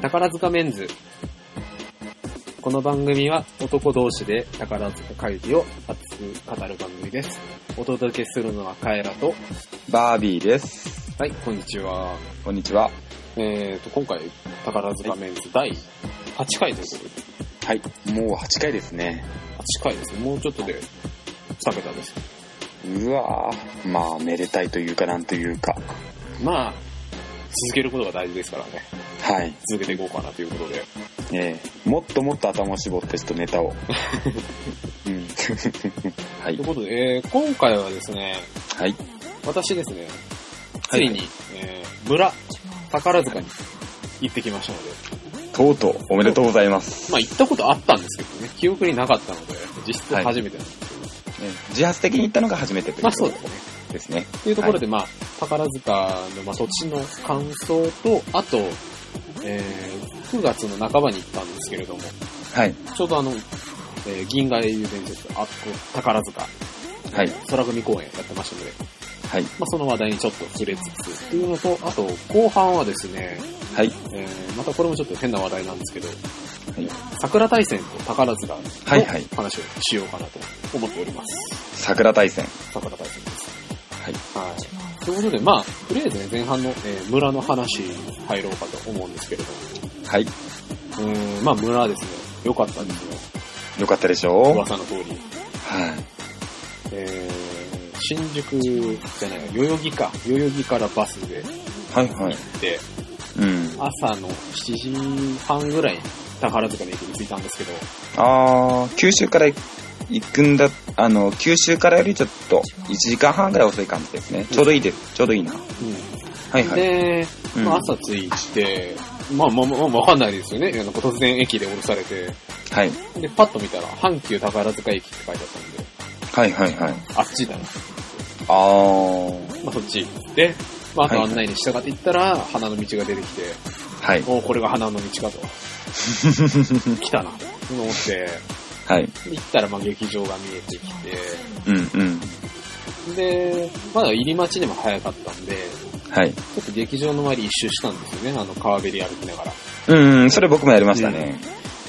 宝塚メンズ。この番組は男同士で宝塚会議を熱く語る番組です。お届けするのはカエラと、バービーです。はい、こんにちは。こんにちは。えーと、今回、宝塚メンズ第8回ということで、はい。もう8回ですね。 8回ですね。もうちょっとで2桁です。うわぁ。まあ、めでたいというかなんというか。まあ、続けることが大事ですからね。はい。続けていこうかなということで。ええもっともっと頭を絞ってちょっとネタ を。 うん。はというい。ことで、えー今回はですね、はい。私ですね、はついいに、えー村、宝塚に行ってきましたので、とうとう、おめでとうございます。まあ行ったことあったんですけどね、記憶になかったので、実質はい初めてなんです。ええ自発的に行ったのが初めてというまこあそうとですね。ですね。というところで、まあ、宝塚の、まあ、土地の感想と、あと、えー9月の半ばに行ったんですけれども、はい。ちょうどあの、えー銀河英雄伝説、あ宝塚、はい。空組公演やってましたので、はい。まあ、その話題にちょっと触れつつ、っていうのと、あと、後半はですね、はい。えーまたこれもちょっと変な話題なんですけど、はい。桜大戦と宝塚のはいはい話をしようかなと思っております。桜大戦。桜大戦です。はい。はい。ということで、まあ、とりあえずね、前半の、えー村の話に入ろうかと思うんですけれどはい。も、うーん、まあ村はですね、良かったんですよ。よかったでしょうは噂の通り。い。えー、新宿じゃない、代々木か。代々木からバスではいはい。でうん。朝の7時半ぐらいに宝塚の駅に着いたんですけど、あー、九州から行くんだ、あの、九州からよりちょっと1時間半ぐらい遅い感じですね。ちょうどいいです。ちょうどいいな。はういん、はい。で、うんまあ、は朝着いて、まあまあまあ、わかんないですよね。なんか突然駅で降ろされて、い。で、パッと見たら、阪急宝塚駅って書いてあったんで、はいはいはい。あっちだな。あー、まあそっち行って、まああとはい案内に従って行ったら、花の道が出てきて、はい。おお、これが花の道かと。来たな、と思って、 はい。で行ったらまあ劇場が見えてきて、うんうん。で、まだ入り待ちでも早かったんで、はい。ちょっと劇場の周り一周したんですよね、あの川べり歩きながら。うんうん、それ僕もやりましたね。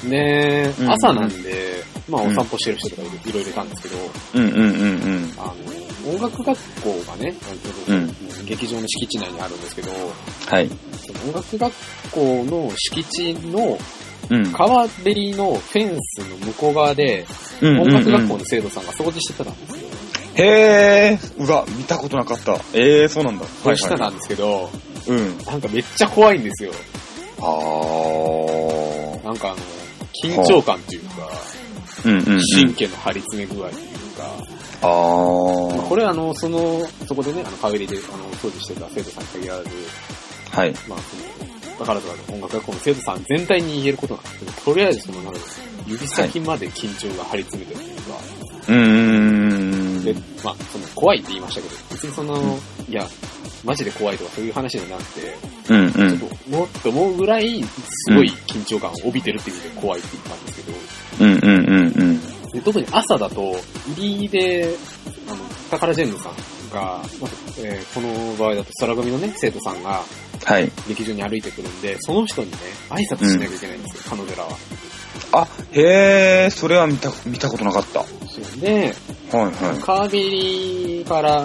でう、ん朝なんで、まあうおん散歩してる人とかいるいろいろいたんですけど、うんうんうんうん。あの、音楽学校がね、あうのん劇場の敷地内にあるんですけど、はい。その音楽学校の敷地のうん。川べりのフェンスの向こう側で、うん音うん楽学う校んの生徒さんが掃除してたんですよ。へー、うわ、見たことなかった。えー、そうなんだ。は掃除いしてはたんですけど、い。うん。なんかめっちゃ怖いんですよ。あー。なんかあの、緊張感というか、うんうんうん。神経の張り詰め具合というか、あまあー。これはあの、その、そこでね、あの、カウリで、あの、掃除してた生徒さんに限らず、はい。まあ、その、だからとかの音楽学校の生徒さん全体に言えることなんですけど、とりあえずその、なんか、指先まで緊張が張り詰めてるというか、うんうんうんうでん。、まあ、その、怖いって言いましたけど、別にその、うんいや、マジで怖いとかそういう話じゃなくて、うんうんちょっと、もっと思うぐらい、すごい緊張感を帯びてるっていう意味で怖いって言ったんですけど、うんうんうんうん。で特に朝だと、入りで、あの、宝ジェンヌさんが、まあえーこの場合だと空組のね、生徒さんがはい。劇場に歩いてくるんで、その人にね、挨拶しなきゃいけないんですよ、彼女らは。あ、へー、それは見た、見たことなかった。で、はいは川べりから、あ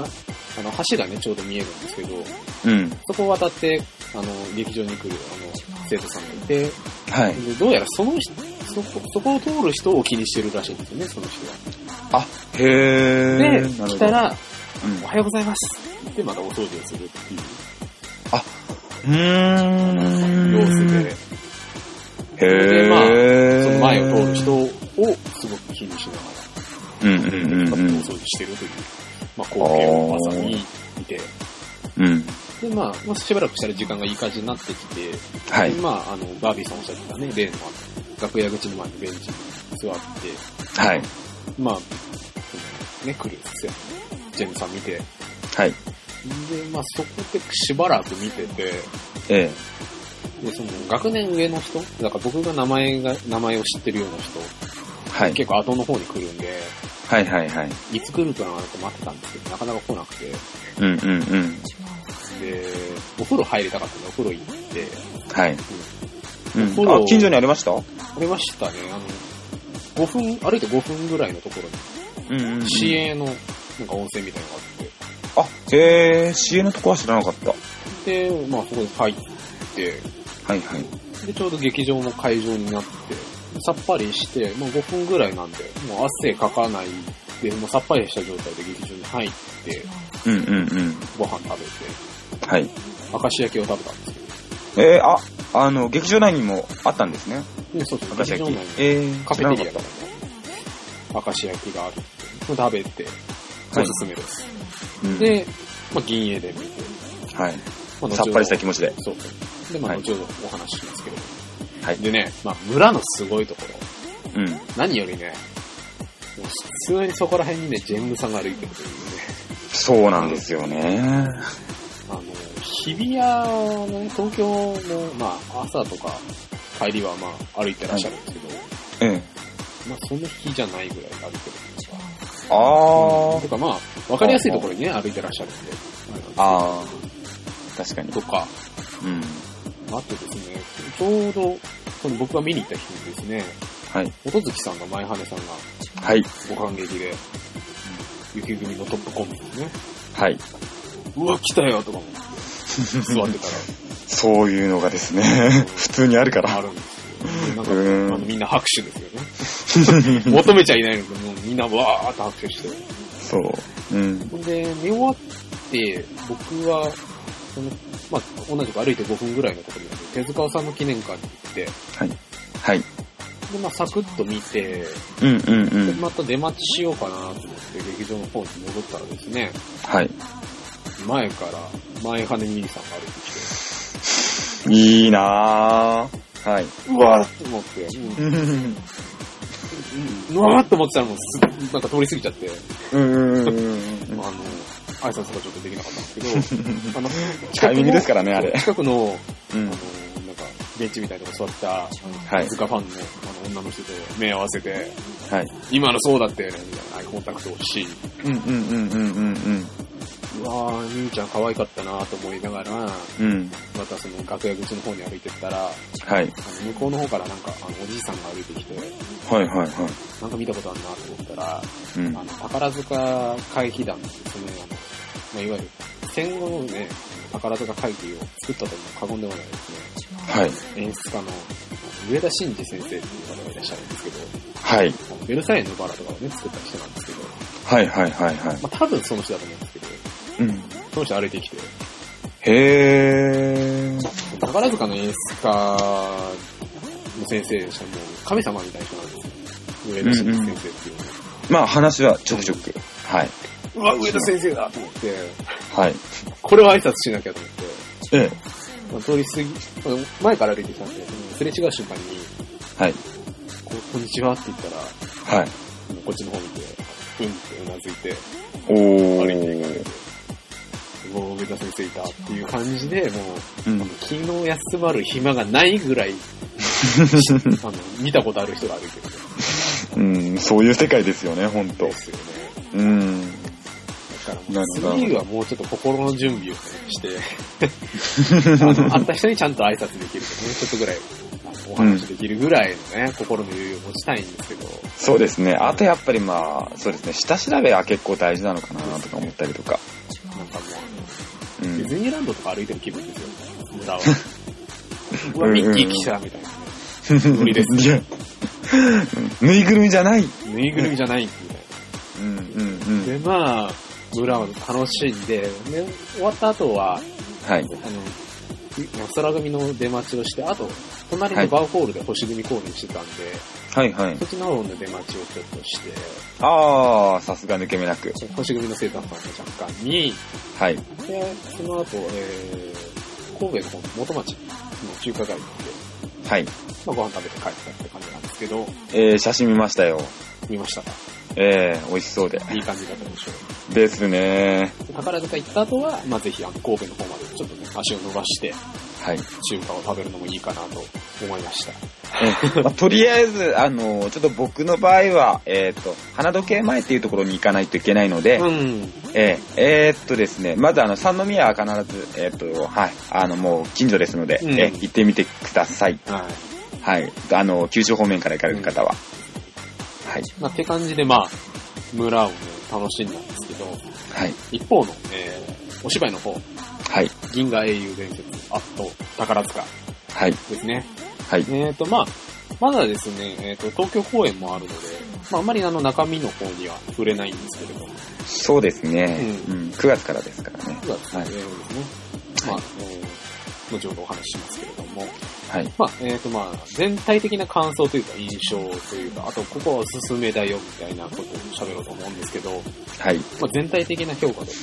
の、橋がね、ちょうど見えるんですけど、い。うん。そこを渡って、あの、劇場に来る、あの、生徒さんがいて、ではい。どうやらその人、そこ、そこを通る人を気にしてるらしいんですよね、その人は。へで、ー。なるほど来た、ら、うんおはようございます。で、またお掃除をするっていう。うーん。様子で、へでー。まあその前を通る人をすごく気にしながうんら、うんうんおうん。掃除してるという、まあ、光景を朝に見て、うん。で、まあ、まあ、しばらくしたら時間がいい感じになってきて、はいで。まあ、あの、バービーさんおっしゃってたね、例のあの楽屋口の前のベンチに座って、はい。まあ、そのね、来るんですよ。ジェムさん見て。で、はい。まあ、そこでしばらく見てて、えで、その、学年上の人だから僕が名前が、名前を知ってるような人、え。はい。結構後の方に来るんで、はいはいはい。いつ来るかなと待ってたんですけど、なかなか来なくて。うんうんうん。で、お風呂入りたかったんで、お風呂行って、はい。うん。そうあ、近所にありましたありましたね。あの、5分、歩いて5分ぐらいのところうんうん、うんに、。市営の、なんか温泉みたいなのがあっあ、へえ、市営のとこは知らなかった。はて、で、まあ、そこに入って、いはい。で、ちょうど劇場の会場になって、さっぱりして、まあ、5分ぐらいなんで、もう汗かかないで、もうさっぱりした状態で劇場に入って、うんうんうん。ご飯食べて、はい。明石焼きを食べたんですけえー、あ、あの、劇場内にもあったんですね。ど、でそうです、明石劇場焼内きの。えー、カ知フェらテなかリアったがね、明石焼きがあるって食べて、おすすめです。うんで、まあ、銀栄で見て、はい。まあさっぱりした気持ちで。そう。で、まあ、はい後ほどお話ししますけれども。はいでね、まあ、村のすごいところ。うん。何よりね、もう普通にそこら辺にね、ジェンムさんが歩いてるというね、そうなんですよね。あの、日比谷のね、東京の、まあ、朝とか、帰りはまあ、歩いてらっしゃるんですけど、うん。まあ、その日じゃないぐらい歩いてるんですよ。あうんーと。かまあ、わかりやすいところにね、歩いてらっしゃるんで。あー。確かにと。か、うん。あとですね、ちょうど、その僕が見に行った日にですね、はい。音月さんが前羽さんがはい。ご感激で、雪組のトップコンビにね、はい。うわ、来たよとかも、座ってたそういうのがですね、普通にあるからら。あるんですよ。なんか、うあーんのみんな拍手ですよね。 求めちゃいないのに、もうみんなわーって拍手して。そう。うん。ほんで、見終わって、僕は、その、まあ、同じく歩いて5分ぐらいのところにある手塚さんの記念館に行って、はい。で、まあ、サクッと見て、うんうんうで、ん。また出待ちしようかなと思って、劇場の方に戻ったらですね、はい。前から、前羽ミリさんが歩いてきて、いいなぁ。はい。うわーって思って、うんうんうんうわーって思ってたらもうす、なんか通り過ぎちゃって、うんあの、挨拶がちょっとできなかったんですけ ど、あの、タイミングですからね、あ近くのれ。近くの、あうの。、んなんか、ベンチみたいなとこ座った、は手い。塚ファンのあの女の人と目合わせて、はい。今のそうだったよね、みたいなアイコンタクトをし、うんうんうんうんうんうわー、兄ちゃん可愛かったなと思いながら、まうん。うん。たその楽屋口の方に歩いてったら、はい。あの向こうの方からなんか、あの、おじいさんが歩いてきて、はいはいはなんか見たことあるなと思ったら、い。うん。あの、宝塚会議団ですね、あの、まあ、いわゆる、戦後のね、宝塚会議を作ったとも過言ではないですはい。ね、演出家の上田真二先生っていう方がいらっしゃるんですけど、はい。あのベルサイユのバラとかをね、作った人なんですけど、はいはいはいはまあ、多分その人だと思うんですけど、い。うん。その人歩いてきて、へー。宝塚の演出家の先生でしたらもう神様みたいな人なんですよ。上田真二先生っていうのは。まあ話はちょくちょく。はい。うわ、上田先生だと思って、はい。これは挨拶しなきゃと思って、ええ。まあ通り過ぎ、まあ前から歩いてきたんで、すれ違う瞬間に、はい。こうこんにちはって言ったら、もはい。うこっちの方見て、うんってうなずいて、お歩いていかれて、ー。うお上田先生いたっていう感じで、もう、うん。気の休まる暇がないぐ らい、あの、見たことある人が歩いてるんうん、そういう世界ですよね、ほんとで。すよね。うん。だかなら、るほど次はもうちょっと心の準備をね して、あの、会った人にちゃんと挨拶できると、もうちょっとぐらい、あのお話しできるぐらいのね、心の余裕を持ちたいんですけど、そうですね。あとやっぱりまあ、そうですね。下調べが結構大事なのかなとか思ったりとか。なんかもうあの、うディん。ズニーランドとか歩いてる気分ですよ、 村は。うわ、ミッキー来た、みたいなね。無理ですい や、ぬいぐるみじゃない。ぬいぐるみじゃない、みたいな。うんうんうん。で、まあ、村を楽しんで、で、終わった後は、はあい。の、空組の出待ちをして、あと、隣のバーホールで星組コールしてたんで、はいはいそ。っちの方の出待ちをちょっとして、あー、さすが抜け目なく。星組の生誕さんの若干に、はい。で、その後、えー、神戸の方の元町の中華街に行って、はい。まあ、ご飯食べて帰ったって感じなんですけど、えー、写真見ましたよ。見ましたかえー、美味しそうで。いい感じだったでしょですね。う。で宝塚行った後は、まあ、ぜひ、あの、神戸の方までちょっとね、足を伸ばして、はい。中華を食べるのもいいかなと思いました。まあとりあえず、あの、ちょっと僕の場合は、えっ、と、花時計前っていうところに行かないといけないので、うん。えーえーっとですね、まずあの、三宮は必ず、えーっと、はい、あの、もう近所ですので、うんえー行ってみてください。はい。はい。あの、九州方面から行かれる方は。はい。まあ、って感じで、まあ、村をね、楽しんだんですけど、はい。一方の、えー、お芝居の方、はい。銀河英雄伝説、あと、宝塚はい。ですね。はい。えっ、と、まあ、まだですね、えっ、と、東京公演もあるので、まあ、あんまりあの、中身の方には触れないんですけれども、そうですね。ううん。9月からですからね。 9月はいですね、まあ、えー後ほどお話ししますけれども、はい。まあ、えっ、と、まあ、全体的な感想というか、印象というか、あと、ここはおすすめだよ、みたいなことを喋ろうと思うんですけど、はい。まあ、全体的な評価とし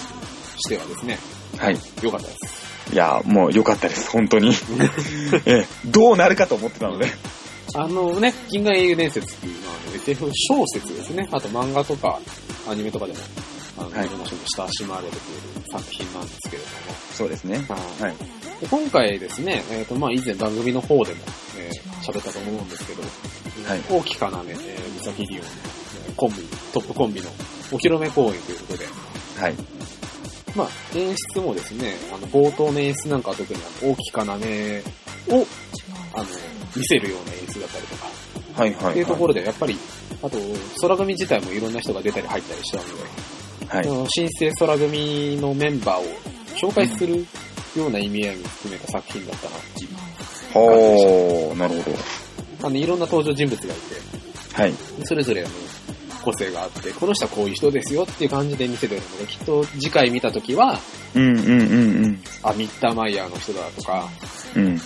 てはですね、はい。良かったです。いや、もう良かったです。本 当に。 ええどうなるかと思ってたので。あのね、銀河英雄伝説っていうのは、あの SF 小説ですね。あと漫画とかアニメとかでも、あの、はいいろんな人に親しまれている作品なんですけれどそうですね。も。はいはい。で今回ですね、えっ、と、まあ、以前番組の方でも、えー喋ったと思うんですけど、はい大きかなね、えー、三崎リオのえーコンビ、トップコンビのお披露目公演ということで、はい。まあ、演出もですね、あの、冒頭の演出なんかは特にあの大きかなねを、あの、見せるような演出だったりとか、はい。はい。っていうところで、やっぱり、あと、空組自体もいろんな人が出たり入ったりしたので、はいあ。の新生空組のメンバーを紹介するような意味合いも含めた作品だったなっていう。ほー、なるほど。あの、いろんな登場人物がいはい。て、それぞれあの、個性があって、この人はこういう人ですよっていう感じで見せてるので、きっと次回見たときは、うんうんうんうん。あ、ミッターマイヤーの人だとか、うん。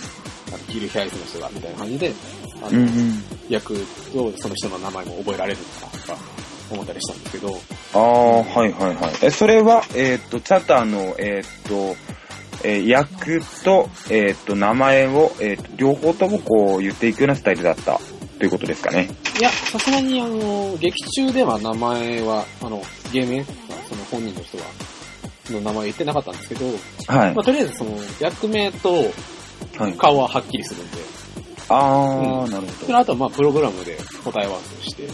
あのヒルヒャイズの人だみたいな感じで、あうの、んうん。役とその人の名前も覚えられるのかなとか思ったりしたんですけど、ああ、はいはいはい。え、それは、えーっ、と、チャターの、えーっ、と、えー役と、えーっ、と、名前を、えーっ、と、両方ともこう言っていくようなスタイルだった、ということですかね。いや、さすがに、あの、劇中では名前は、あの、芸名、まあその本人の人は、の名前言ってなかったんですけど、はいまあ、。とりあえずその、役名とはい。顔ははっきりするんで、ああ、うなるそれほど。あとはまあ、プログラムで答え合わせして、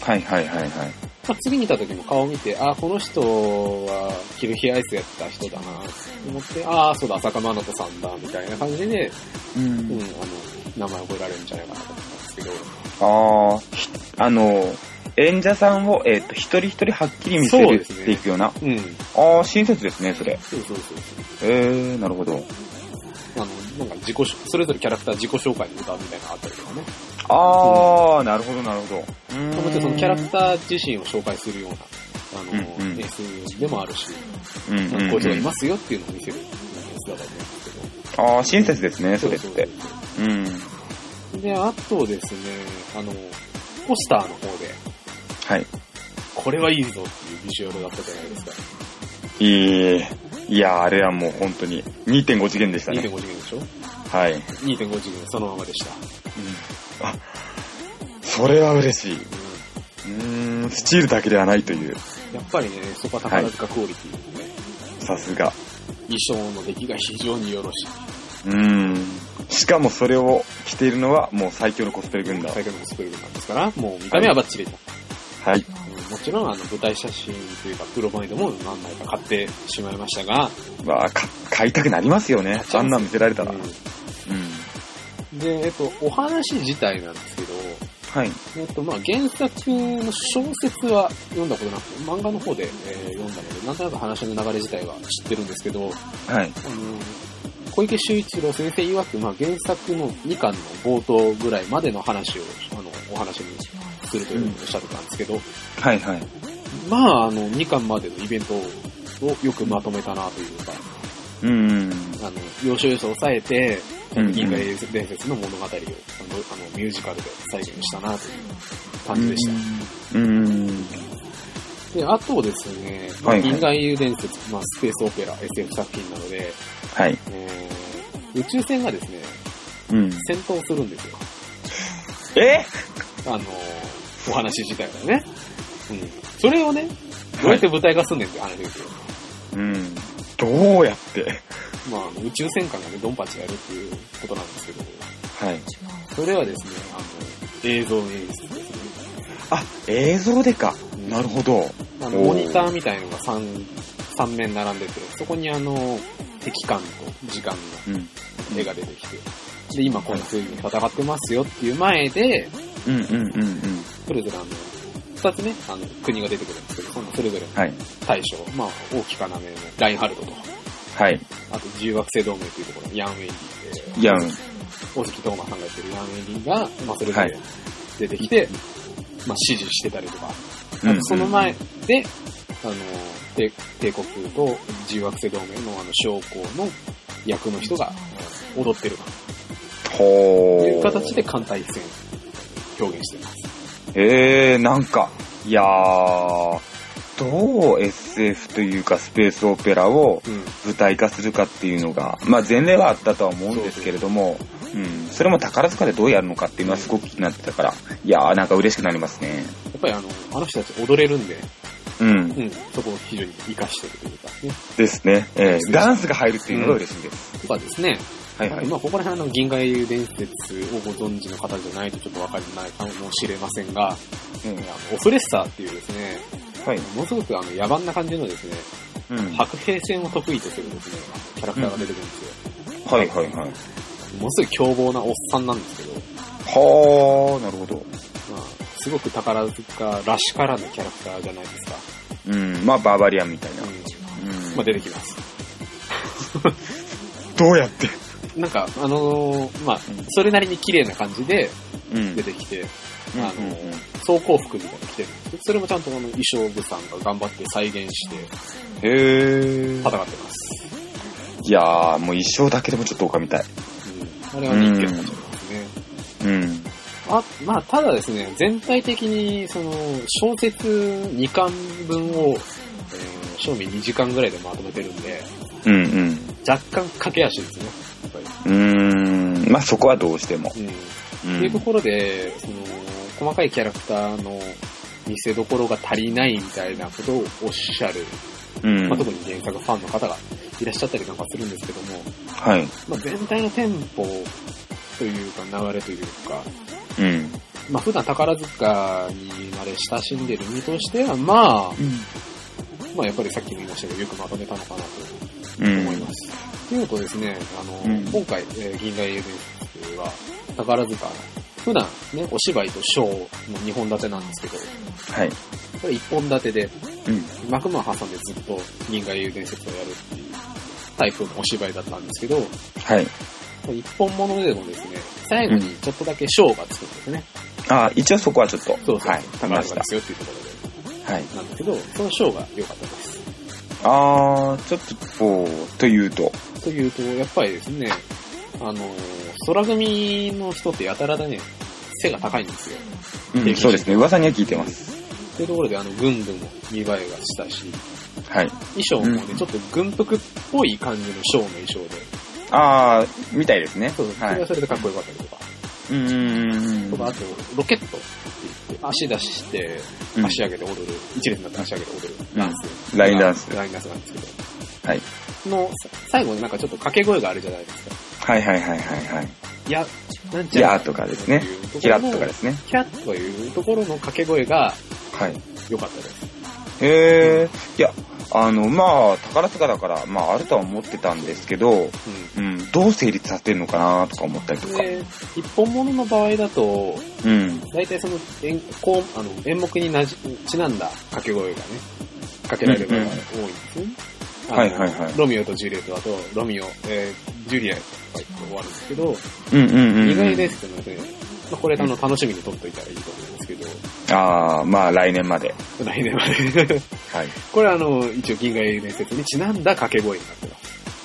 はいはいはいはい。まあ、次見た時も顔を見て、あーこの人は、キルヒアイスやってた人だなと思って、ああ、そうだ、浅香真奈人さんだ、みたいな感じで、ううん、あん。の、名前覚えられるんじゃないかなと思ったんですけど、ああ、ひあの、演者さんを、えーっ、と、一人一人はっきり見せそうるですねっていくような。うん、ああ、親切ですね、それ。そうそうそうそう。ええー、なるほど。あの、なんか自己紹、それぞれキャラクター自己紹介の歌みたいなのがあったりとかね。ああ、なるほどなるほど。うもちろんそのキャラクター自身を紹介するような、あの、うんうん演出でもあるし、うんあのこういう人がいますよっていうのを見せる演出だと思うんですけど。ああ、親切ですね、それっうて。うん。う。で、あとですね、あの、ポスターの方で、はい。これはいいぞっていうビジュアルだったじゃないですか。いい。いやー、あれはもう本当に2.5次元でしたね。 2.5次元でしょはい。うん ?2.5 次元そのままでした。あ、それは嬉しい。ううーん、スチールだけではないという、ん。やっぱりね、そこは宝塚クオリティですね。さすが。衣装の出来が非常によろしい。うーん。しかもそれを着ているのはもう最強のコスプレ軍団。最強のスクールなんですから、もう見た目はバッチリと。はい。うんもちろん、あの、舞台写真というか、プロマイドも何枚か買ってしまいましたが、わあ、か買いたくなりますよね。あんなん見せられたら。うん。で、えっと、お話自体なんですけど、はい。えっと、まあ、原作の小説は読んだことなくて、漫画の方で、えー読んだので、なんとなく話の流れ自体は知ってるんですけど、はい。あの、小池修一郎先生曰く、まあ、原作の2巻の冒頭ぐらいまでの話を、あの、お話にするということをおっしゃってたんですけど、はいはい。まあ、あの、2巻までのイベントをよくまとめたなというか、うーん。あの、要所要所抑えて、うんうん銀河英雄伝説の物語を、あの、あのミュージカルで再現したなという感じでした。うーん。で、あとですね、まあはいはい銀河英雄伝説、まあ、スペースオペラ、SF 作品なので、はい。えー、宇宙船がですね、うん。戦闘するんですよ。えあの、お話自体がね。うん。それをね、どうやって舞台化すんねんって話ですよ。うん。どうやってまああの、宇宙戦艦がね、ドンパチやるっていうことなんですけど、はい。それはですね、あの、映像演出ですね。あ、映像でか。うんなるほど。あの、モおーニターみたいのが3、三面並んでて、そこにあの、敵感と時間うん。の絵が出てきて、で、今この水軍戦ってますよっていう前で、うんうんうんうん。それぞれあの、二つね、あの、国が出てくるんですけど、そのそれぞれはい。大将、まあ、大きかなめのラインハルトと、はい。あと自由学生同盟というところのヤンウェイリーで、いや、うん。大関東馬さんがやってるヤンウェイリーが、まあ、それぞれ出てきて、まあ、支持してたりとか、あとその前で、あの、帝帝国と自由学生同盟のあの、将校の役の人が踊ってるほとー。いう形で艦隊戦表現してます。えー、なんか、いやー、どう SF というかスペースオペラをうん。舞台化するかっていうのが、まあ前例はあったとは思うんですけれども、うん、それも宝塚でどうやるのかっていうのはすごく気になってたから、いやー、なんか嬉しくなりますね。やっぱりあの、あの人たち踊れるんで、うん、うん、そこを非常に活かしてるというかね。ですね。えー、ダンスが入るっていうのが嬉しいです。とかですね、はいはい。まあここら辺あの、銀河英雄伝説をご存知の方じゃないとちょっとわかりないかもしれませんが、うんあのオフレッサーっていうですね、はい。ものすごくあの、野蛮な感じのですね、うんは白兵戦を得意とするですね、キャラクターが出てくるんですよ。いはいはい。ものすごい凶暴なおっさんなんですけど、はー、なるほど。まあ、すごく宝塚らしからぬキャラクターじゃないですか。うん、まあバーバリアンみたいな。ううんん。まあ、出てきます。どうやってなんか、あのーまあうん、それなりに綺麗な感じでうん出てきて、うんあの装甲服みたいなの着てるんですけどそれもちゃんとこの衣装部さんが頑張って再現してへー。戦ってます。いやー、もう一生だけでもちょっと狼みたい。うん。あれは人気になっちゃいますね。うん。あ、まあ、ただですね、全体的に、その、小説2巻分を、えー、賞味2時間ぐらいでまとめてるんで、うん若干駆け足ですね、やっぱり。うん。うーん。まあそこはどうしても。うん。ってうんいうところで、その、細かいキャラクターの見せどころが足りないみたいなことをおっしゃる、うんまあ、特に原作ファンの方がいらっしゃったりなんかするんですけども、はい。まあ、全体のテンポというか流れというか、うん。まあ、普段宝塚にまで親しんでる身としては、まあ、まあ、やっぱりさっきも言いましたけど、よくまとめたのかなとうん。思います。というのとですね、あの、うん今回、えー銀河英雄伝説は、宝塚、普段ね、お芝居とショーの2本立てなんですけど、はい。これ1本立てで、うん。幕間挟んでずっと銀河英雄伝説をやるっていうタイプのお芝居だったんですけど、はい。一本物でもですね、最後にちょっとだけショーがつくんですね。あー、一応そこはちょっと。そうそう。はい。宝ま塚しですよっていうところた。はい。で。なんですけど、そのショーが良かったです。あー、ちょっと、こう、というと。というと、やっぱりですね、あのー、空組の人ってやたらだね、背が高いんですよ。うんそうですね。噂には聞いてます。す。というところで、あの、軍部も見栄えがしたし、はい。衣装もうね、んちょっと軍服っぽい感じのショーの衣装で、あー、みたいですね。そうそは。れはいそれでかっこよかったりとか、うんうんうんとか、あと、ロケットって言って、足出して、うん。足上げて踊る、一列になって足上げて踊るうんダンス。ラインダンスラインダンスなんですけど。はい。の、さ最後になんかちょっと掛け声があるじゃないですか。はいはいはいはいはい。いや、なん。いやーとかですね。キラッとかですすね。キラッというところの掛け声がはい。良かったです。へえ、いや、あの、まあ、宝塚だから、まあ、あるとは思ってたんですけど、うん、どう成立させてるのかなとか思ったりうとん。か。で、一本物の場合だと、うん。大体その演こうあの演目になじちなんだ掛け声がね、かけられる場合が多いんですよね。あのはいはいはいロミオとジュリエットだと、ロミオ、えージュリエとか言って終わるんですけど、うんうんうんうん。意外ですけどね、まあ、これあの楽しみに撮っといたらいいと思うんですけど、ああ、まあ、来年まで。来年まで。はい。これあの、一応銀河英雄伝説にちなんだ掛け声になってま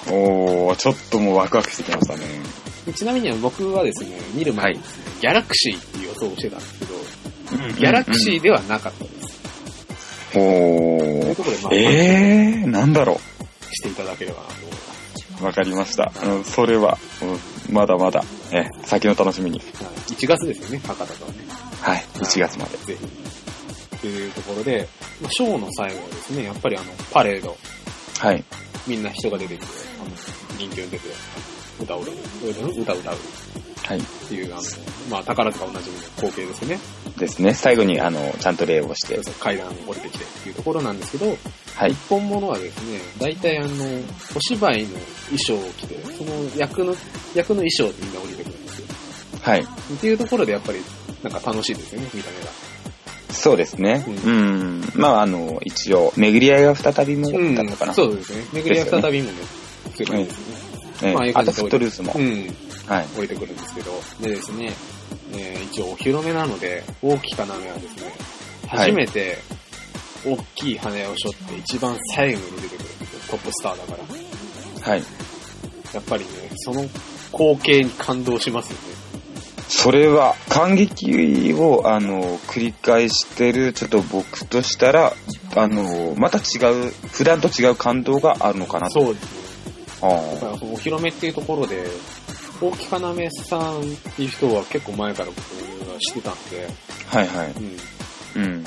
す。おー、ちょっともうワクワクしてきましたね。でちなみに僕はですね、見る前にですね、ギャラクシーっていう予想をしてたんですけど、ギャラクシーではなかったです。ー。というおー。ところで、まあ、えー、なんだろしていただければなと思います。う。わかりました。うん、それは、うんまだまだ、え、先の楽しみに。はい1月ですよね、博多とはね。はい、1月まで。ぜひ。というところで、まあ、ショーの最後はですね、やっぱりあの、パレード、はい。みんな人が出てきて、あの、臨機に出て、歌を踊る、歌を歌う。はい。っていう、あの、まあ、宝塚おなじみの光景ですよね。ですね。最後に、あの、ちゃんと礼をして。階段を降りてきてっていうところなんですけど、はい。一本物はですね、大体あの、お芝居の衣装を着て、その役の、役の衣装でみんな降りてくるんではい。っていうところでやっぱり、なんか楽しいですよね、見た目が。そうですね。ううん。まあ、あの、一応、巡り合いが再びもだったかな。そうですね。巡りは再びもね、そういう感じですね。ええまあああいうあ感とじでフットルースも。うん。はい。置いてくるんですけど。でですね、えー一応お披露目なので、大きかな目はですね、は初いめて、大きい羽を背負って一番最後に出てくるんですよ。トップスターだから。はい。やっぱりね、その光景に感動しますよね。それは、感激を、あの、繰り返してる、ちょっと僕としたら、あの、また違う、普段と違う感動があるのかなと。そうですね。あだかーらそのお披露目っていうところで、大木かなめさんっていう人は結構前から僕は知ってたんで、はいはい。うん。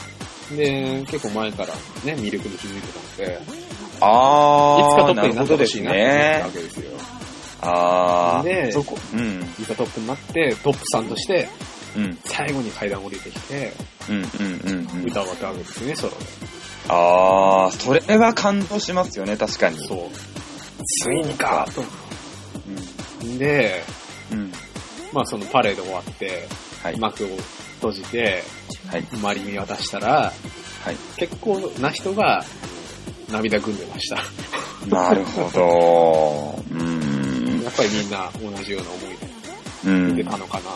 うん。で、結構前からね、魅力に気づいてたんで、いつあかあ、トップにななってるほどほでしすいなって思ねっ。たわけですよ。ああ、でそこ、うん、いつかトップになって、トップさんとして、うん、最後に階段降りてきて、うん、うん、うん。うん歌を歌うわけですね、ソロで。ああ、それは感動しますよね、確かに。そう。ついにかと思って。で、うん。うん。まあそのパレード終わって、はい。幕を閉じて、はい。周り見渡したら、はい結構な人が涙ぐんでました。なるほど。うん。やっぱりみんな同じような思いでうん出。たのかな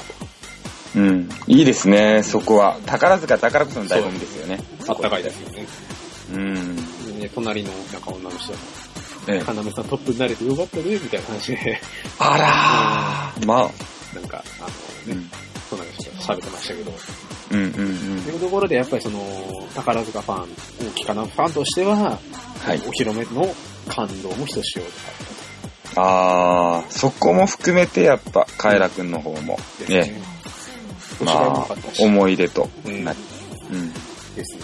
うん。いいですね、そこは。宝塚宝こその醍醐味ですよね。と。あったかいですよね。うん。でね隣のなんか女の人が、ええかなめさんトップになれてよかったね、みたいな話で、あらー。まあ。なんか、あうのね、ん。隣の人が喋ってましたけど、うんうんうんとい。うところでやっぱりその、宝塚ファン、大きかなファンとしては、はいお。披露目の感動もひとしおであったあー、そこも含めてやっぱ、カエラくんの方も、とですね、ね。ま面白かあった、し、思い出とうんなり。うん。ですね。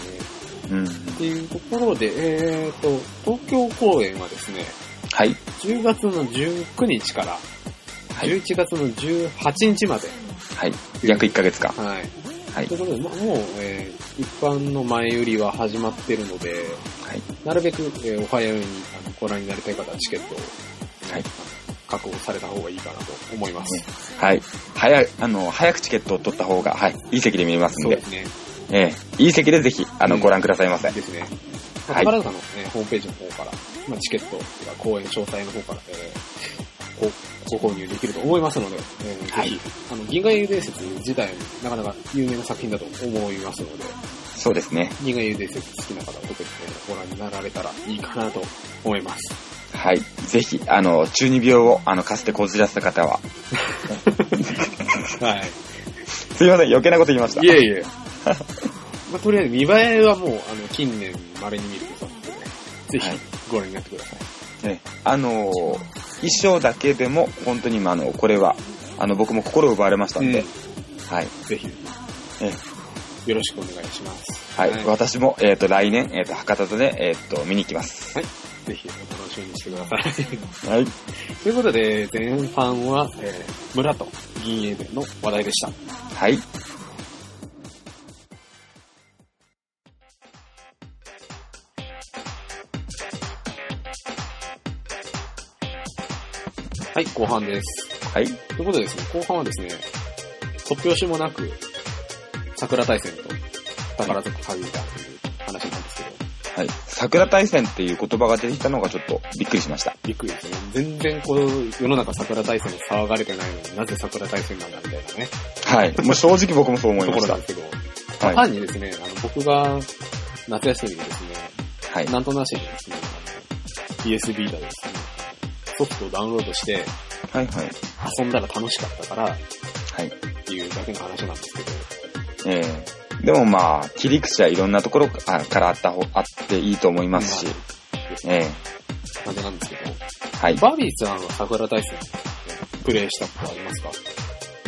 うん。っていうところで、えー、と、東京公演はですね、はい。 10月の19日からはい11月の18日まで。はい。約1ヶ月か。はい。はいということで、まもう、えー一般の前売りは始まってるので、はい。なるべく、えーお早めにあのご覧になりたい方はチケットを、はい確保された方がいいかなと思います。ねはい。早い、あの、早くチケットを取った方が、はい。いい席で見れますそんうでで、すね。ええ、いい席でぜひ、あの、うんご覧くださいませ。ですね。はい宝塚の、ね、ホームページの方から、まあ、チケットとか公演詳細の方から、えーごご購入できると思いますので、えーはいぜひ、あの、銀河英雄伝説自体、なかなか有名な作品だと思いますので、そうですね。銀河英雄伝説好きな方は特に、えーご覧になられたらいいかなと思います。はい。ぜひ、あの、中二病を、あの、かつてこじらせた方は、はい。すいません、余計なこと言いました。いえいえ。 まあ、とりあえず見栄えはもう、あの、近年稀に見ることなので、ぜひはいご覧になってください。ね、あの、衣装だけでも、本当に、まああの、これは、あの、僕も心を奪われましたんで、はい。ぜひえ、よろしくお願いします。はい。私も、えっ、と、来年、えっ、と、博多で、えっ、と、見に行きます。ぜひお楽しみにしてください。 はい。ということで、前半は、えー村と銀英伝の話題でした。はい。はい、後半です。はい。ということでですね、後半はですね、突拍子もなく、桜大戦と宝塚歌劇団という話なんですけど、はい。桜大戦っていう言葉が出てきたのがちょっとびっくりしました。びっくりですね。全然こう、世の中桜大戦に騒がれてないのになぜ桜大戦なんだみたいなね、はい。もう正直僕もそう思いところましなたん。ですけど、は単にですね、あの、僕が夏休みにですね、はい。なんとなしにですね、ESB だですね、ソフトをダウンロードしてはいはい。遊んだら楽しかったからっはい。ていうだけの話なんですけど、ええでもまあ、切り口はいろんなところかからあった方、あっていいと思いますし、ええ感じなんですけど、はい。バービーさんは桜大戦プレイしたことありますか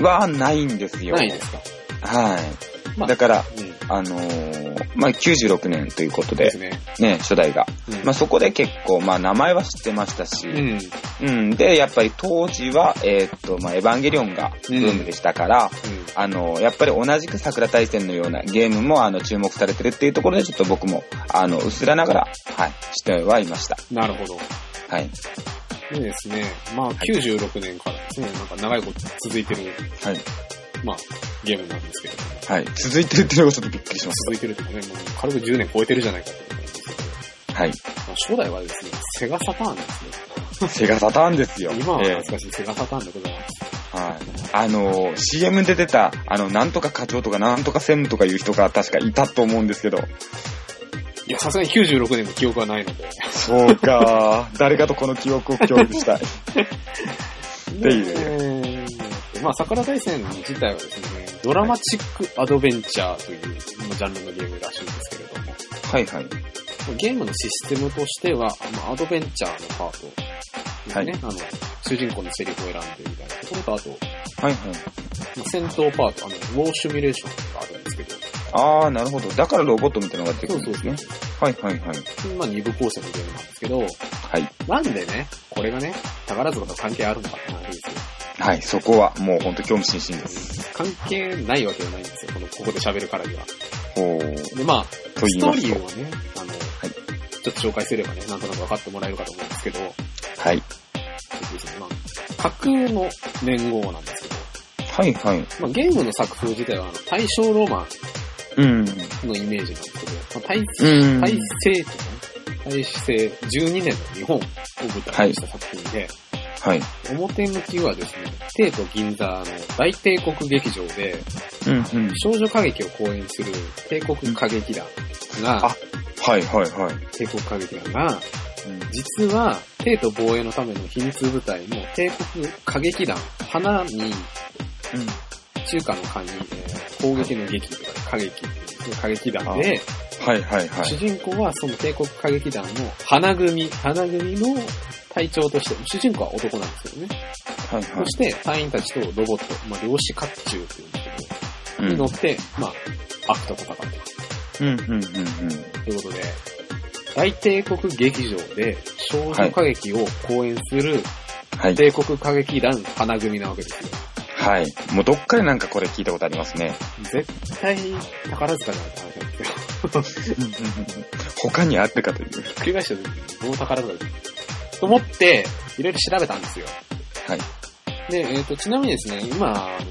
はないんですよ。ないですかはい。まあだから、うん。で、あのーまあ96年ということですね。ね、初代が。うんまあそこで結構、まあ名前は知ってましたし、うん。うん。うん。で、やっぱり当時は、えーっと、まあエヴァンゲリオンがブームでしたから、あの、やっぱり同じく桜大戦のようなゲームも、あの、注目されてるっていうところで、ちょっと僕も、あの、薄らながら、はい、してはいました。なるほど。はい。でですね、まあ96年からですね、なんか長いこと続いてるはい。まあ、ゲームなんですけど、はい。続いてるっていうのがちょっとびっくりしまし続いてるとかね、もう軽く10年超えてるじゃないかと思うんですけど、た。はい。まあ初代はですね、セガサターンですね。セガサターン ですよ。今はえ懐かしいセガサターンだけど、えはい。あのー、CM で出た、あの、なんとか課長とかなんとか専務とかいう人が確かいたと思うんですけど。いや、さすがに96年の記憶はないので、そうか。 誰かとこの記憶を共有したい。で、えーまあ、桜大戦自体はですね、ドラマチックアドベンチャーというまあジャンルのゲームらしいんですけれども、 はいはい。ゲームのシステムとしては、まあ、アドベンチャーのパートですね、はあの、主人公のセリフを選んでみたいなところと、あと、はいはい。まあ戦闘パート、あの、ウォーシュミュレーションがあるんですけど、あー、なるほど。だからロボットみたいなのが出てくそうるんそうですそうね。。はいはいはい。まあ、二部構成のゲームなんですけど、はい。なんでね、これがね、宝塚と関係あるのかって話ですよ。はい、そこはもうほんと興味津々です。関係ないわけじゃないんですよ、この、ここで喋るからには。ほー。で、まあ、と言スいトまーリすーと。をね、あの、ちょっと紹介すればね、なんとなく分かってもらえるかと思うんですけど、はい。まあ、架空の年号なんですけど、はいはい。まあ、ゲームの作風自体はあの大正ロマうん。ンのイメージなんですけど、まあ、大うん。大正とかね、大正12年の日本を舞台にした作品で、はい。表向きはですね、帝都銀座の大帝国劇場でうんうん。少女歌劇を公演する帝国歌劇団あが、はいはいはい。帝国歌劇団が、実は、帝都防衛のための秘密部隊の帝国歌劇団、花に、うん。中華の間に、えー攻撃の劇とか、歌劇の歌劇団で、はいはいは主い。人公はその帝国歌劇団の花組、花組の隊長として、主人公は男なんですけどね。はいはそして隊員たちとロボット、まあ、量子甲冑っていうんですけい。うんど、に乗って、まあ、悪と戦ううんうんうんうん。ということで、大帝国劇場で少女歌劇を公演するはい。帝国歌劇団花組なわけですよ。はい。もうどっかでなんかこれ聞いたことありますね。絶対宝塚じゃないって話なんです よ。他にあってかという。ひっくり返した時どう宝塚だと思って、いろいろ調べたんですよ。はい。で、えっ、と、ちなみにですね、今、あの、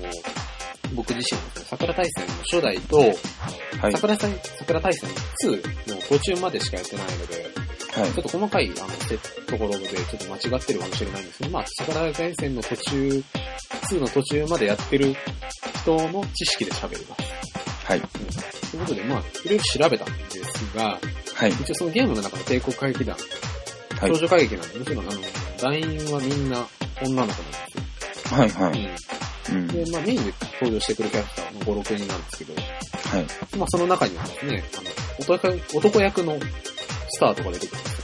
僕自身はですね、桜大戦の初代と、はい。はい。桜大桜大戦の2の途中までしかやってないので、ちょっと細かい、あの、てところで、ちょっと間違ってるかもしれないんですけど、まあ、桜大戦の途中、2の途中までやってる人の知識で喋ります。はい。ということで、まあ、いろいろ調べたんですが、はい。一応そのゲームの中の帝国歌劇団、はい少女歌劇なんで、もちろん、あの、団員はみんな女の子なんですよ。はいはい。うんうん。で、まあメインで登場してくるキャラクターの5、6人なんですけど、はい。まあその中にはですね、あの、男役男役のスターとか出てくるんですよ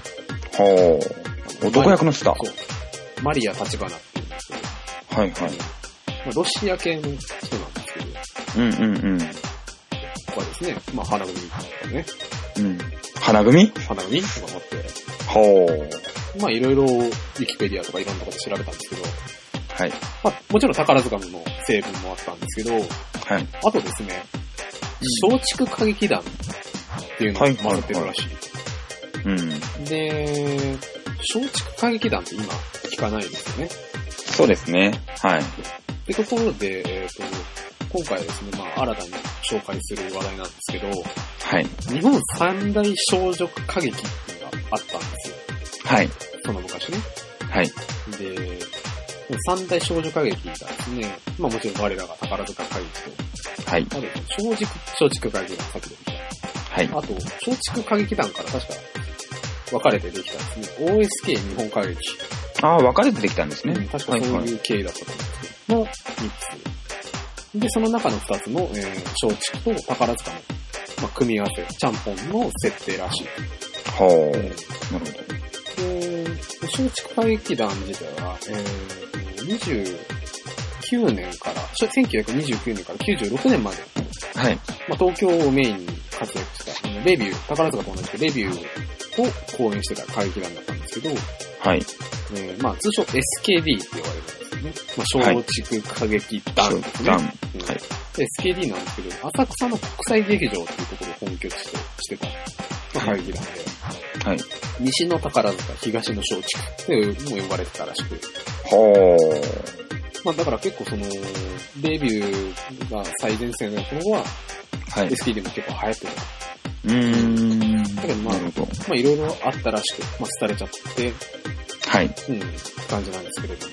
ほう。男役のスター。そう。マリア・タチバナっていうんですけど、はいはい。まあロシア系の人なんですけど、うんうんうん。とかですね、まあ花組とかね、うん。花組花組とか持って、ほう。まあいろいろウィキペディアとかいろんなところで調べたんですけど、はい。まあもちろん宝塚の成分もあったんですけど、はい。あとですね、松竹歌劇団っていうのが混ざってるらしい。うん。で、松竹歌劇団って今聞かないですよね。そうですね。はい。で、ところで、えっ、と、今回ですね、まあ新たに紹介する話題なんですけど、はい。日本三大少女歌劇っていうのがあったんですよ。はい。その昔ね。はい。で、この三大少女歌劇がですね、まあもちろん我らが宝塚歌劇はい。と、あと松竹、松竹歌劇団さっき出てきた。はい。あと、松竹歌劇団から確か分かれてできたんですね。OSK 日本歌劇。ああ、分かれてできたんですね。確かそうはいいう経緯だったと思うんですけど、の3つ。で、その中の2つの、えー、松竹と宝塚の、まあ、組み合わせ、ちゃんぽんの設定らしい。ほう。なでる、ほど。松竹歌劇団自体は、えー、29年から、しょ1929年から96年まで、はい。まあ、東京をメインに活躍した、あのレビュー、宝塚と同じくレビューを公演してた歌劇団だったんですけど、はい。えーまあ、通称 SKD って呼ばれるんですよね。まあ、松竹歌劇団ですね。ダン。うんはいで SKD なんですけど、浅草の国際劇場っていうところを本拠地としてた、まあ、はい会議なんで、はい。西の宝塚、東の松竹ってもう呼ばれてたらしく、ほう。まあだから結構その、デビューが最前線のやつの方は、はい。 SD でも結構流行ってる。うーん。だけどまあなるほど。まあいろいろあったらしく、まあ廃れちゃって、はい。うん、感じなんですけれども。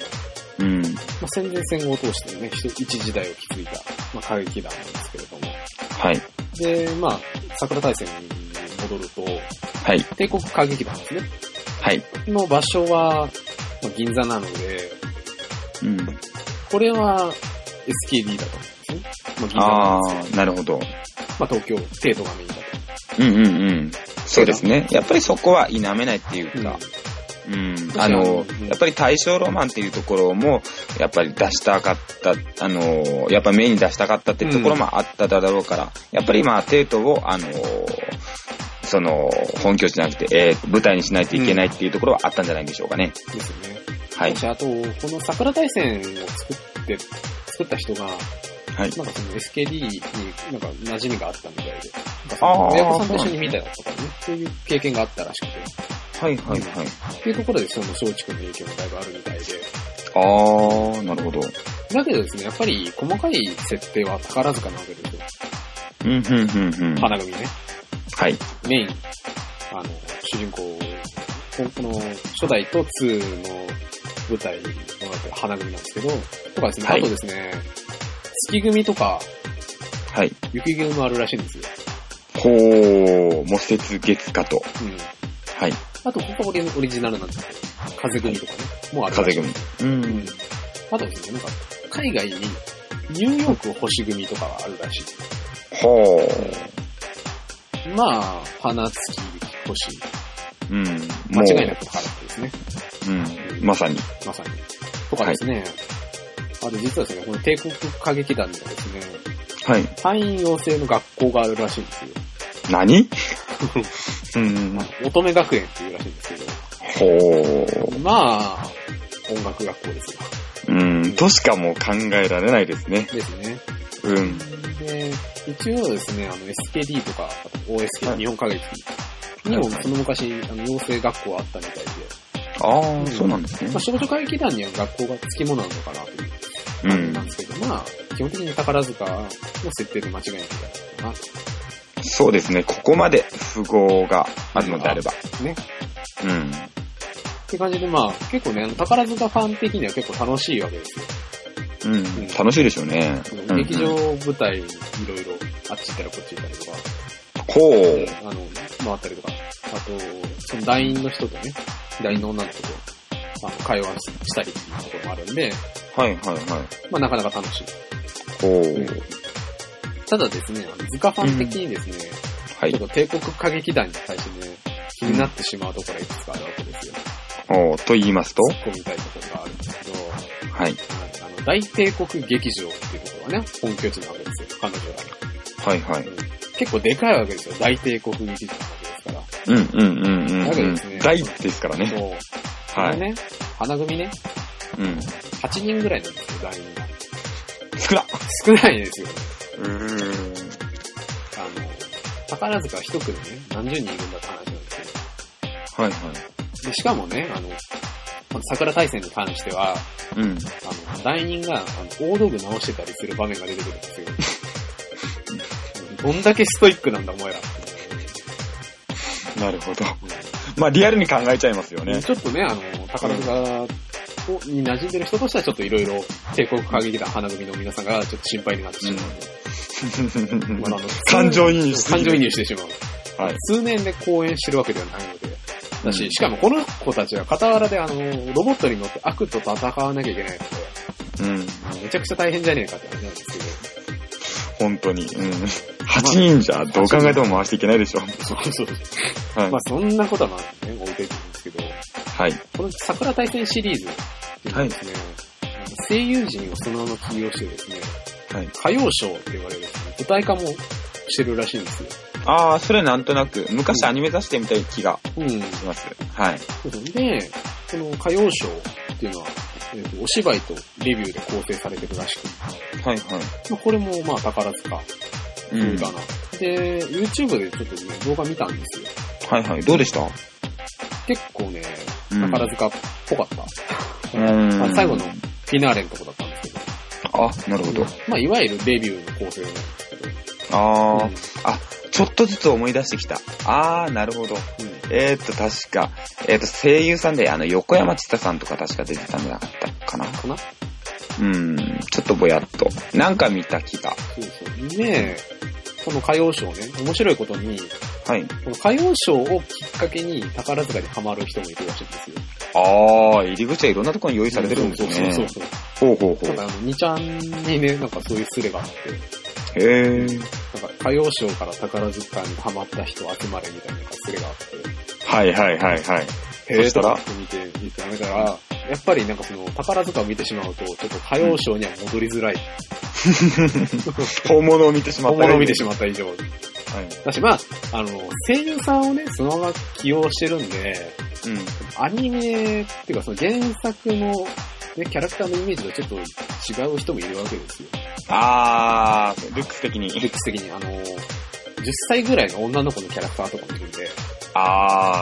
うん。まあ戦前戦後を通してね、一一時代を築いた、まあ歌劇団なんですけれども。はい。で、まあ、桜大戦に戻ると、はい。帝国歌劇団ですね。はい。の場所は、まあ、銀座なので、うん。これは SKD だと思うんですね。まあ、銀座あなんですよあ、なるほど。まあ、東京、帝都がメインだと。うんうんうん。そうですね。やっぱりそこは否めないっていうか、うん。あのう、んやっぱり大正ロマンっていうところも、やっぱり出したかった、あの、やっぱ目に出したかったっていうところもあっただろうから、やっぱりまあ、帝都を、あの、その、本拠地じゃなくて、えー舞台にしないといけないっていうところはあったんじゃないでしょうかね。ですよね。はいも。しあと、この桜大戦を作って、作った人が、はい。なんかその SKD になんか馴染みがあったみたいで、あー親御さんと一緒に見たりとかね、そういう経験があったらしくて、はいはいはい。っていうところでその松竹の影響もだいぶあるみたいで、あー、なるほど。だけどですね、やっぱり細かい設定は宝塚なわけですよ。うん、うん、うん、うん。花組ね、はい。メイン、あの、主人公、この初代と2の舞台の花組なんですけど、とかですね、はいあとですね、月組とか、はい。雪組もあるらしいんですよ。ほー、もう節月かと。うん。はい。あと、ここは俺のオリジナルなんですけど、風組とかね、もうあるらしい。風組。ううん。あとですね、なんか、海外にニューヨーク星組とかはあるらしい。ほー。まあ、花月星、うん。間もう違いなく宝くですね。うん。まさに。まさに。とかですね。あと実はですね、この帝国歌劇団にはですね、はい。会員養成の学校があるらしいんですよ。何 うん。乙女学園っていうらしいんですけど。ほー。まあ、音楽学校ですよ。うん。としかもう考えられないですね。ですね。うん。で、一応ですね、あの SKD とか、あと OSK、はい日本歌劇にもはいはいその昔、あの、養成学校あったみたいで、あうんー、そうなんですねまあ、。少女歌劇団には学校が付き物なのかなというう感じんなん。ですけど、まあ、基本的に宝塚の設定で間違いないんじゃないかそうですね。ここまで符号があるのであれば。ね。うん。な。って感じで、まあ、結構ね、あの宝塚ファン的には結構楽しいわけですよ。うん。楽しいでしょうね。うん劇場舞台いろいろあっち行ったりこっち行ったりとか、ほう。あの、回ったりとか、あと、その団員の人とね、団員の女の子と、あの、会話したりっていうところもあるんで、はいはいはい。まあなかなか楽しい。ほうんう。ただですね、あのズカファン的にですね、はちょい。っと帝国歌劇団に対してね、気になってしまうところがいくつかあるわけですよ。おーと言いますと突っ込みたいところがあるんですけど、はい。あの、大帝国劇場っていうところはね、本拠地なわけですよ、彼女らの。はいはい。結構でかいわけですよ、大帝国劇場なわけですから。うんうんうんうんだけどうでんすね。大ですからね。そう。はこのい。ね、花組ね、うん。 8人ぐらいなんですよ、団員が。少な少ないですよね。うーん。あの、宝塚一組ね、何十人いるんだって話なんですけはいはい。ど。で、しかもね、あの、この桜大戦に関しては、うん。あの、団員が、あの、大道具直してたりする場面が出てくるん ですよ。どんだけストイックなんだ、お前ら。なるほど。まあリアルに考えちゃいますよね。ちょっとね、あの、宝塚をに馴染んでる人としては、ちょっといろいろ、帝国歌劇団花組の皆さんが、ちょっと心配になってしまうので。まああの感情移入しす感ぎる情移入してしまう。はい。数年で公演してるわけではないので。だし、うんしかもこの子たちは傍らであの、ロボットに乗って悪と戦わなきゃいけないので、うん。めちゃくちゃ大変じゃねえかって話なんですけど、本当に。うん。8人じゃどう考えても回していけないでしょ。そうそうはいまあ。そんなことはまあね、置いていくんですけど、はい。この桜大戦シリーズっていうのはですね、声優陣をそのまま起用してですね、はい。歌謡賞って言われる、舞台化もしてるらしいんですよ。ああ、それなんとなく、昔アニメ出してみたい気がうん。します。はい。で、この歌謡賞っていうのは、えーとお芝居とレビューで構成されてるらしく、はいはまあこれもまあ宝塚い。風うん。かな、で、YouTube でちょっとね、動画見たんですよ。はいはい。どうでした結構ね、うん宝塚っぽかった。うんまあ最後のフィナーレのとこだったんですけあ、なるほど。まあ、いわゆるデビューの構成なんですけど。あうんー、ちょっとずつ思い出してきた。あー、なるほど。えー、っと、確か、えー、っと、声優さんで、あの、横山千太さんとか確か出てたんじゃなかったかな。かなうん、ちょっとぼやっと。なんか見た気が。そうそう。で、この歌謡賞ね、面白いことに、はい。この歌謡賞をきっかけに宝塚にハマる人もいるらしいんですよ。あー、入り口はいろんなところに用意されてるんですね。そうそうそうほうほうほそう。う。だからあの、2ちゃんにね、なんかそういうスレがあって、へー。なんか歌謡賞から宝塚にハマった人集まれみたいなスレがあっはいはいはいはい。て、そしたらとか見て、見てやめたら、やっぱりなんかその宝塚を見てしまうと、ちょっと歌謡賞には戻りづらい。本物を見てしまっ本た。物を見てしまった以上。た。はい。だし、まあ、あの、声優さんをね、そのまま起用してるんで、うん。アニメっていうかその原作の、ね、キャラクターのイメージとちょっと違う人もいるわけですよ。あー、ルックス的に。ルックス的に、あの、10歳ぐらいの女の子のキャラクターとかもいるんで、あ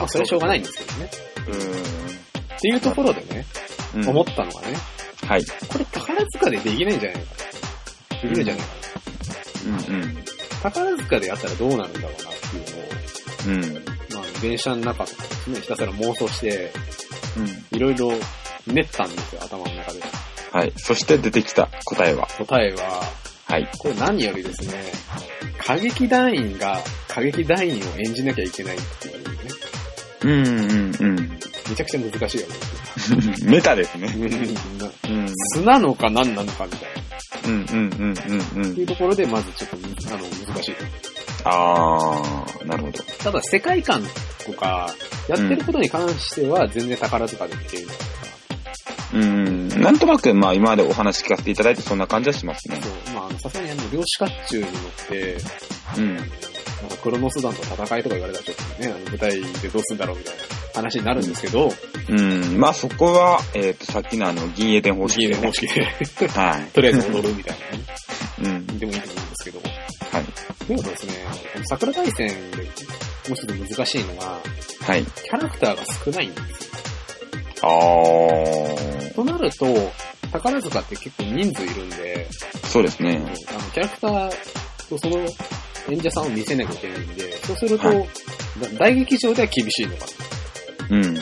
まー。あそれはしょうがないんですけどね。うっていうところでね、ん。うん。思ったのがね、はい。これ宝塚でできないんじゃないかな。できるんじゃないかな。うんうん。宝塚でやったらどうなるんだろうなっていうのを、うん。まあ、電車の中とかですね、ひたすら妄想して、うん。いろいろ練ったんですよ、頭の中で。はい。そして出てきた答えは。答えは、はい。これ何よりですね、過激団員が過激団員を演じなきゃいけないっていうね、うんうんうん。めちゃくちゃ難しいわ メタですね。けですよ。うん。うん素なのか何なのかみたいな。っうんうんうんうていん。うところで、まずちょっとむ、あの、難しいと。あー、なるほど。ただ、世界観とか、やってることに関しては、全然宝塚で見てるじゃないですか。うん。なんとなく、まあ今までお話聞かせていただいてそんな感じはしますね。そう、まああの、さすがにあの、量子甲冑に乗って、うん。なんかクロノス団と戦いとか言われたらちょっとね、あの舞台でどうすんだろうみたいな話になるんですけど、うん。まあそこは、えっ、と、さっきのあの、銀英伝方式ゲでーね、ム方式で、はい。とりあえず踊るみたいなね。うん。でもいいと思うんですけど。はい。でもそうですね、この桜大戦でもうちょっと難しいのが、はい。キャラクターが少ないんですよ。あとなると、宝塚って結構人数いるんで、ー。そうですあのね。キャラクターとその演者さんを見せなきゃいけないんで、そうすると、はだ大劇場では厳しいのかな。うん。うん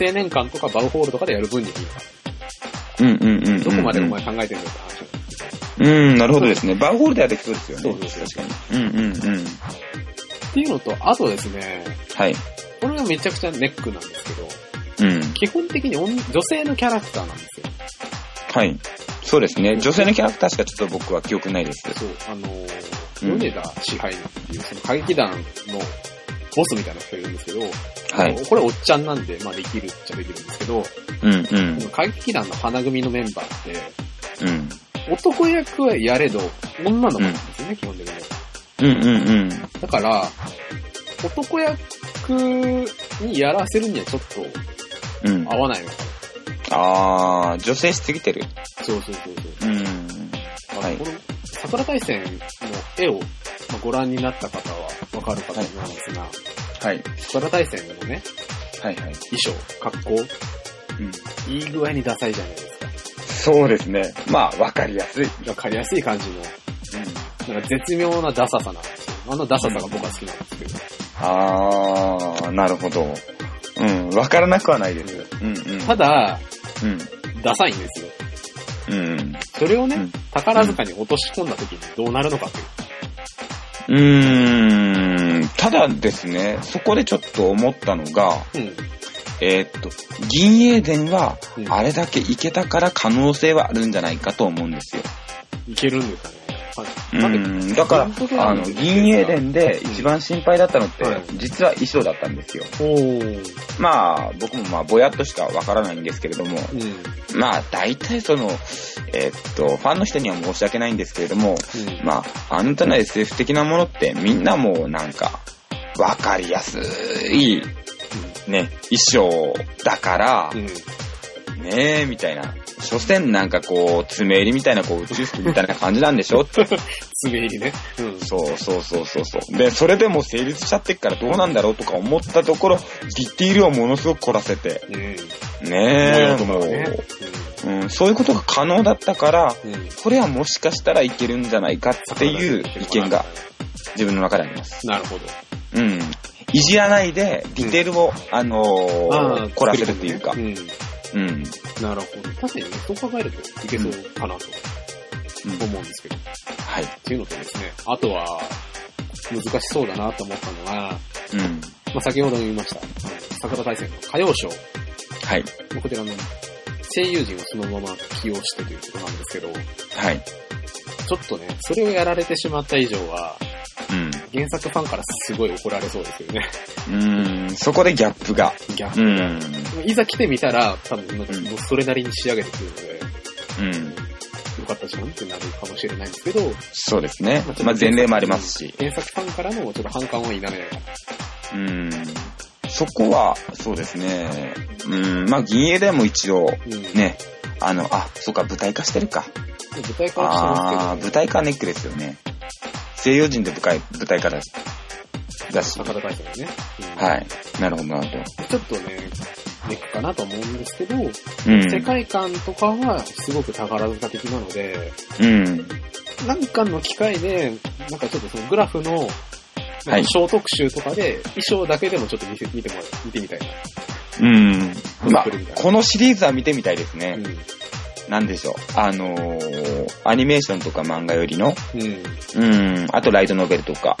青年館とかバウホールとかでやる分にはいいのかうんうんうんうん。な。どこまでお前考えてるんだって話なんですけど。うん、なるほどですね。バーホールではできそうですよね。そうです確かに。うんうんうん。っていうのと、あとですね、はい。これがめちゃくちゃネックなんですけど、うん。基本的に女女性のキャラクターなんですよ。はい。そうですね。女性のキャラクターしかちょっと僕は記憶ないです。そう、あのー、うん米田支配人っていう、その歌劇団のボスみたいな人がいるんですけど、はい。これおっちゃんなんで、まあできるっちゃできるんですけど、うんうんこの。歌劇団の花組のメンバーって、うん。男役はやれど、女の子なんですよね、基本的には。うんうんうん。だから、男役にやらせるにはちょっとうん。合わないのかあー、女性しすぎてる。な。そうそうそうそう。うん。あのはいこの桜大戦の絵をまあご覧になった方はわかるかと思うんですが、はい。桜大戦のね、はいはい。衣装、格好、うん。いい具合にダサいじゃないですか。そうですね。まあ、わかりやすい。わかりやすい感じの、なんか絶妙なダサさなんですよ。あのダサさが僕は好きなんですけど。あー、なるほど。うん。わからなくはないです。うんうん。ただ、うん。ダサいんですよ。うん。それをね、うん宝塚に落とし込んだ時にどうなるのかっていう。うーん、ただですね、そこでちょっと思ったのが、うん。えーっと、銀英伝はうんあれだけいけたから可能性はあるんじゃないかと思うんですよ。いけるんですかね。うはいなんでん、だか本当だよら、あの、銀英伝で一番心配だったのってはい、実は衣装だったんですよ。おー。まあ、僕もまあ、ぼやっとしかわからないんですけれども、うん。うん。まあ、大体その、えーっと、ファンの人には申し訳ないんですけれども、まあ、あの手の SF 的なものってみんなもうなんか、わかりやすい、ね、衣装だからう、ん。ねえ、みたいな。所詮なんかこう、爪入りみたいな、こう、宇宙服みたいな感じなんでし ょ爪入りね。うん。そうそうそうそうそう。で、それでも成立しちゃってっからどうなんだろうとか思ったところ、ディティールをものすごく凝らせて、うん。ね模え、様とかもねう、ううん、そういうことが可能だったから、うん。これはもしかしたらいけるんじゃないかっていう意見が。自分の中であります。なるほど。うん。いじらないで、ディテールを、あのああー、凝らせるっていうかう。ん。うん。なるほど。確かにね、そう考えるといけそうかなと思うんですけど。っはい。ていうのとですね、あとは、難しそうだなと思ったのが、まうん。あ、先ほども言いました、あの桜大戦の歌謡賞。はい。こちらの声優陣をそのまま起用してということなんですけど、ちはい。ょっとね、それをやられてしまった以上は、うん。原作ファンからすごい怒られそうですよね。うん、そこでギャップが。ギャッうプん。いざ来てみたら、多分なんかうんもうそれなりに仕上げてくるので、うん。よかったじゃんってなるかもしれないんですけど、そうですまねあちょっ。とまあ、前例もありますし。原作ファンからのちょっと反感を否めない。うん。そこは、そうですね。うん。まあ、銀英でも一応、うん。ね、あの、あ、そうか、舞台化してるか。舞台化あはしあー、て舞ます台化ネックですよね。西洋人で舞台、舞台化だし。だしけ。ど、坂田大戦ね。うんはい。なるほど、なるほど。ちょっとね、ネックかなと思うんですけど、うん。世界観とかはすごく宝塚的なので、うん。なんかの機会で、なんかちょっとそのグラフの、はい小特集とかで、衣装だけでもちょっと見せ見てもらう、見てみたいな。うん。まあ作ってるみたい、なこのシリーズは見てみたいですうねん。。なんでしょう。あのー、アニメーションとか漫画よりの、うん。うん、あとライトノベルとか、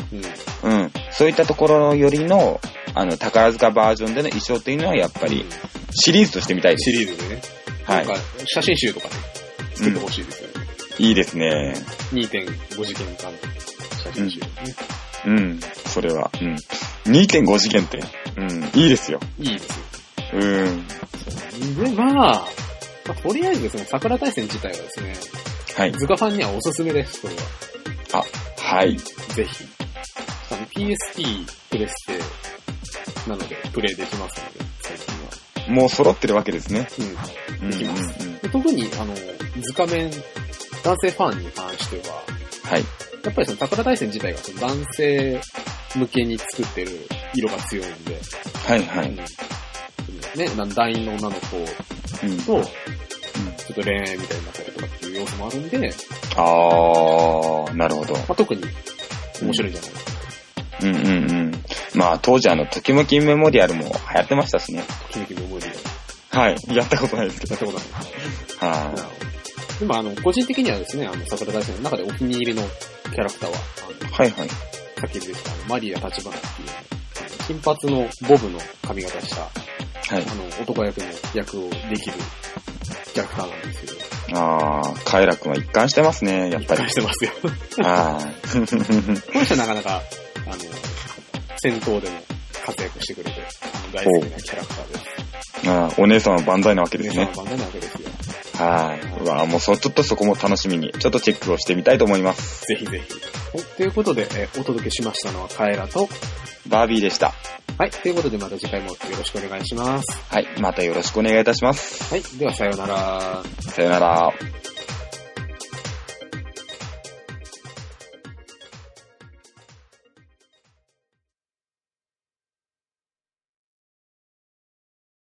うん。うん、そういったところよりの、あの、宝塚バージョンでの衣装というのはやっぱり、シリーズとしてみたいです。シリーズでね。はなんか、写真集とかね、作ってほしいですよね。い。いいですね。 2.5次元間の写真集、ねうん、それは。うん。2.5次元って、うん、いいですよ。いいですよ。うん。そうで、まあ、まあとりあえずですね、桜大戦自体はですね、はい。ズカファンにはおすすめです、これは。はい。ぜひ。あの PSP、プレステなので、プレイできますので、最近は。もう揃ってるわけですね。うん。うんいきますうんうんで特に、あの、図仮面、男性ファンに関しては、はい。やっぱりその宝大戦自体がその男性向けに作ってる色が強いんで、はい、はうんい。ね、なん団員の女の子うんと、ちょっと恋愛みたいになったりとかっていう要素もあるんで、あー、なるほど。まあ、特に面白いんじゃないかな。うんうんうん。まあ、当時あの、ときもきメモリアルも流行ってましたしね。ときめきの思い出がはい。やったことないですけど。やったことない。はでもあの、個人的にはですね、あの、桜大戦の中でお気に入りのキャラクターは、あのい。はいはい。さっき出てきたあのマリア立花っていう、金髪のボブの髪型した、はい。あの、男役の役をできるキャラクターなんですけど、あー、カイラ君は一貫してますね、やっ一ぱり貫。してますよ。 こはい。の人はなかなか、あの、戦闘でも活躍してくれて、あの大好きなキャラクターです。 あーお姉さんは万歳なわけで皆すさんねは。万歳なわけですよ。はい。うわーもうそ、ちょっとそこも楽しみに、ちょっとチェックをしてみたいと思います。ぜひぜひ。ということで、えお届けしましたのはカエラと、バービーでした。はい、ということでまた次回もよろしくお願いします。はい。またよろしくお願いいたします。はい、ではさようなら。さよなら。